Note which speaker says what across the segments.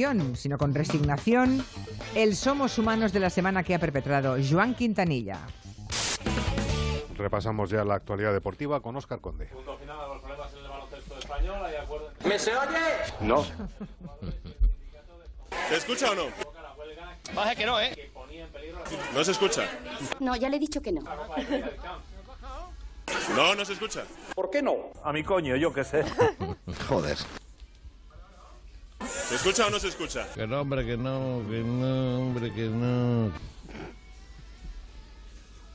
Speaker 1: acción, sino con resignación, el Somos Humanos de la semana que ha perpetrado Joan Quintanilla.
Speaker 2: Repasamos ya la actualidad deportiva con Óscar Conde.
Speaker 3: Punto final a los problemas en el baloncesto español. Hay acuerdo.
Speaker 4: ¿Me se oye?
Speaker 2: No.
Speaker 3: ¿Se escucha o no?
Speaker 4: Baje que no, ¿eh?
Speaker 3: Que ponía en peligro la No se escucha.
Speaker 5: No, ya le he dicho que no.
Speaker 3: Copa del Rey del Camp. No, no se escucha.
Speaker 4: ¿Por qué no?
Speaker 6: A mi coño, yo qué sé.
Speaker 7: Joder.
Speaker 3: ¿Se escucha o no se escucha?
Speaker 7: Que no, hombre, que no, que no, hombre, que no.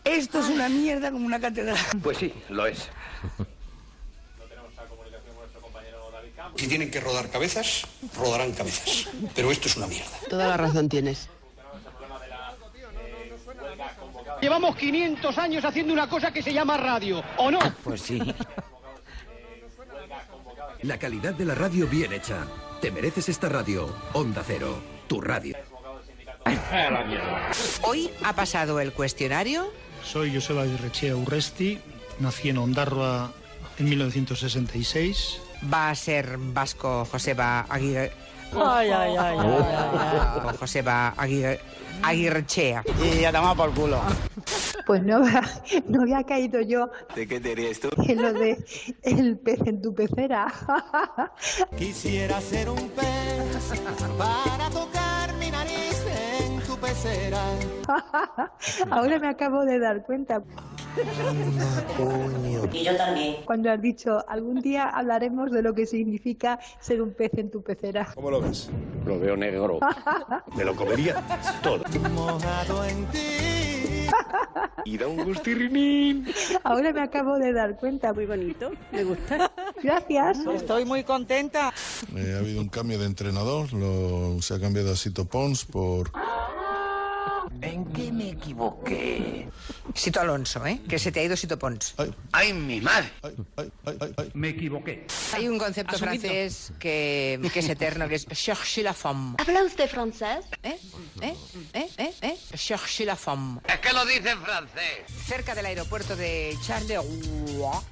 Speaker 8: Esto es una mierda como una catedral.
Speaker 4: Pues sí, lo es.
Speaker 3: No tenemos la comunicación con nuestro compañero David Campos.
Speaker 9: Si tienen que rodar cabezas, rodarán cabezas. Pero esto es una mierda.
Speaker 10: Toda la razón tienes.
Speaker 3: Tenemos el problema de la eh, huelga convocada
Speaker 11: Llevamos 500 años haciendo una cosa que se llama radio, ¿o no?
Speaker 12: Ah,
Speaker 10: Pues sí.
Speaker 12: La calidad de la radio bien hecha. Te mereces esta radio. Onda Cero, tu radio.
Speaker 3: del sindicato.
Speaker 1: Hoy ha pasado el cuestionario.
Speaker 13: Soy Joseba Irrechea Urresti, nací en Ondarroa en 1966.
Speaker 1: Va a ser Vasco Joseba Aguirre.
Speaker 8: Ay, ay, ay,
Speaker 1: o Joseba Aguirre. Aguirrechea.
Speaker 8: Y ya te por el culo.
Speaker 14: Pues no, no había caído yo. ¿De qué te harías tú? En lo de el pez en tu pecera.
Speaker 8: Quisiera ser un pez para tocar mi nariz en tu pecera.
Speaker 14: Ahora me acabo de dar cuenta.
Speaker 4: Y yo también.
Speaker 14: Cuando has dicho, algún día hablaremos de lo que significa ser un pez en tu pecera.
Speaker 3: ¿Cómo lo ves?
Speaker 4: Lo veo negro.
Speaker 7: Me lo comería todo.
Speaker 8: Mojado en ti.
Speaker 7: Y da un gustirrinín.
Speaker 14: Ahora me acabo de dar cuenta. Muy bonito, me gusta. Gracias.
Speaker 10: Estoy muy contenta.
Speaker 15: Eh, ha habido un cambio de entrenador, lo- se ha cambiado a Sito Pons por...
Speaker 4: ¿En qué me equivoqué?
Speaker 1: Sito Alonso, ¿eh? Que se te ha ido Sito Pons.
Speaker 4: ¡Ay, mi madre!
Speaker 15: Ay, ay, ay, ay, ay.
Speaker 12: Me equivoqué.
Speaker 1: Hay un concepto francés que, que es eterno, que es chercher la femme.
Speaker 5: ¿Habla usted francés?
Speaker 1: ¿Eh? ¿Eh? ¿Eh? ¿Eh? ¿Eh? Chercher la femme.
Speaker 4: Es que lo dice en francés.
Speaker 1: Cerca del aeropuerto de Charleroi.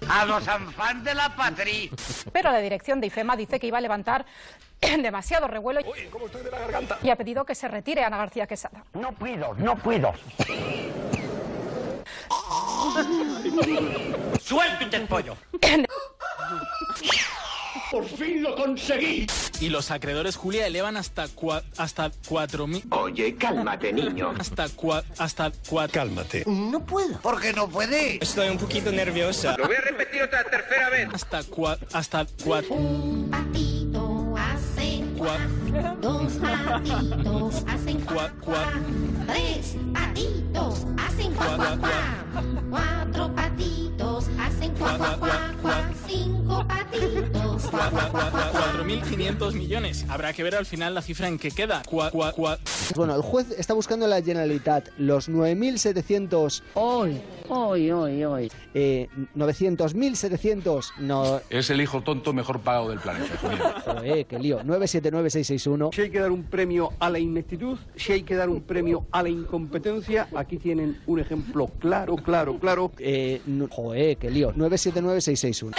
Speaker 4: A los anfans de la patria.
Speaker 16: Pero la dirección de IFEMA dice que iba a levantar demasiado revuelo y ha pedido que se retire Ana García Quesada.
Speaker 4: No puedo, no puedo. ¡Suéltate el pollo! ¡Por fin lo conseguí!
Speaker 11: Y los acreedores, Julia, elevan hasta, cua- hasta 4.000...
Speaker 4: Oye, cálmate, niño.
Speaker 11: Hasta cua- hasta cuatro...
Speaker 7: Cálmate.
Speaker 4: No puedo. Porque no puede.
Speaker 11: Estoy un poquito nerviosa.
Speaker 4: Lo voy a repetir otra tercera vez.
Speaker 11: Hasta cua... hasta cuatro...
Speaker 5: Un patito hace
Speaker 11: Cuá.
Speaker 5: cuá, dos patitos hacen
Speaker 11: Cuá,
Speaker 5: cuá,
Speaker 11: cuá.
Speaker 5: cuá, tres patitos hacen cuá,
Speaker 11: Cuá,
Speaker 5: cuá,
Speaker 11: cuá.
Speaker 5: cuá, cuatro patitos hacen cuá,
Speaker 11: Cuá,
Speaker 5: cuá,
Speaker 11: cuá,
Speaker 5: cuá, cuá, cinco patitos cuá, cuá, cuá, cuá.
Speaker 11: 4.500 millones. Habrá que ver al final la cifra en que queda. Cua, cua, cua.
Speaker 8: Bueno, el juez está buscando en la Generalitat los 9.700... Hoy, hoy, hoy, hoy. Eh, 900.700... No,
Speaker 6: Es el hijo tonto mejor pagado del planeta.
Speaker 8: joder, qué lío. 979.661.
Speaker 4: Si hay que dar un premio a la ineptitud, si hay que dar un premio a la incompetencia, aquí tienen un ejemplo claro, claro, claro.
Speaker 8: Eh, no- joder, qué lío. 979.661.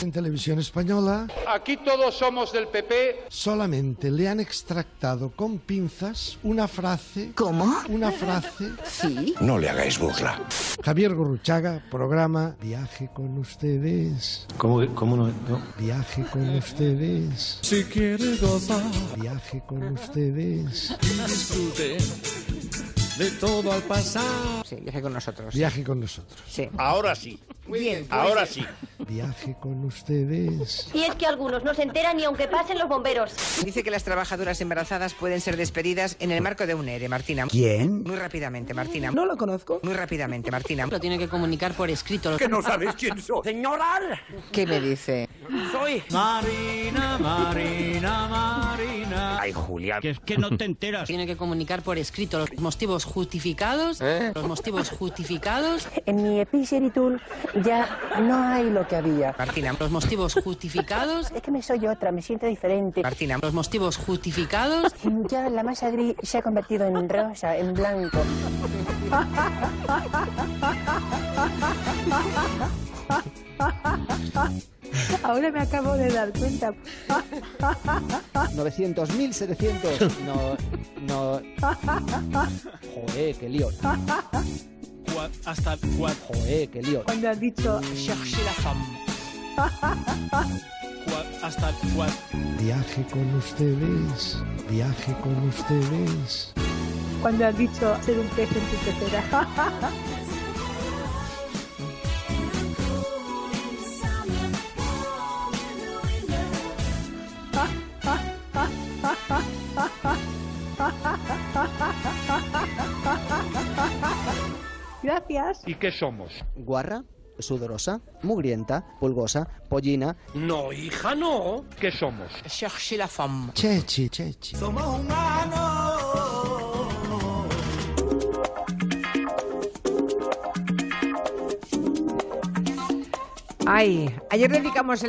Speaker 15: En televisión española
Speaker 4: Aquí todos somos del PP.
Speaker 15: solamente le han extractado con pinzas una frase...
Speaker 10: ¿Cómo?
Speaker 15: Una frase...
Speaker 10: Sí.
Speaker 7: No le hagáis burla.
Speaker 15: Javier Gorruchaga, programa Viaje con ustedes.
Speaker 6: ¿Cómo, cómo no,
Speaker 15: Viaje con ustedes. Si quiere gozar. Viaje con ustedes.
Speaker 1: Sí, viaje con nosotros.
Speaker 15: Viaje con nosotros.
Speaker 1: Sí.
Speaker 4: Ahora sí,
Speaker 1: Bien.
Speaker 4: ahora sí.
Speaker 15: Viaje con ustedes.
Speaker 5: Y es que algunos no se enteran ni aunque pasen los bomberos.
Speaker 1: Dice que las trabajadoras embarazadas pueden ser despedidas en el marco de un ERE, Martina.
Speaker 10: ¿Quién?
Speaker 1: Muy rápidamente, Martina.
Speaker 10: No lo conozco.
Speaker 1: Muy rápidamente, Martina.
Speaker 16: Lo tiene que comunicar por escrito.
Speaker 12: Que no sabes quién soy.
Speaker 4: Señora,
Speaker 1: ¿Qué me dice?
Speaker 4: soy.
Speaker 6: Marina, Marina, Marina.
Speaker 4: Ay, Julián.
Speaker 6: es que no te enteras.
Speaker 16: Tiene que comunicar por escrito los motivos justificados.
Speaker 1: ¿Eh?
Speaker 16: Los motivos justificados.
Speaker 10: En mi Epigery Tool ya no hay lo que había.
Speaker 1: Martina.
Speaker 16: Los motivos justificados.
Speaker 10: Es que me soy otra, me siento diferente.
Speaker 1: Martina.
Speaker 16: Los motivos justificados.
Speaker 10: Ya la masa gris se ha convertido en rosa, en blanco.
Speaker 5: Ahora me acabo de dar cuenta.
Speaker 8: 900.700. No, no. Joder, qué lío.
Speaker 11: Cua- hasta cua-
Speaker 8: Joder, qué lío.
Speaker 5: Cuando has dicho
Speaker 11: Cherchez la femme. Cua- hasta cua-
Speaker 17: Viaje con ustedes, viaje con ustedes.
Speaker 5: Cuando has dicho ser un pez en tu pecera. Gracias.
Speaker 8: ¿Y qué somos? Guarra, sudorosa, mugrienta, pulgosa, pollina. No, hija, no. ¿Qué somos?
Speaker 12: Cherchez la femme.
Speaker 17: Chechi, chechi.
Speaker 12: Somos humanos.
Speaker 1: Ay, ayer dedicamos el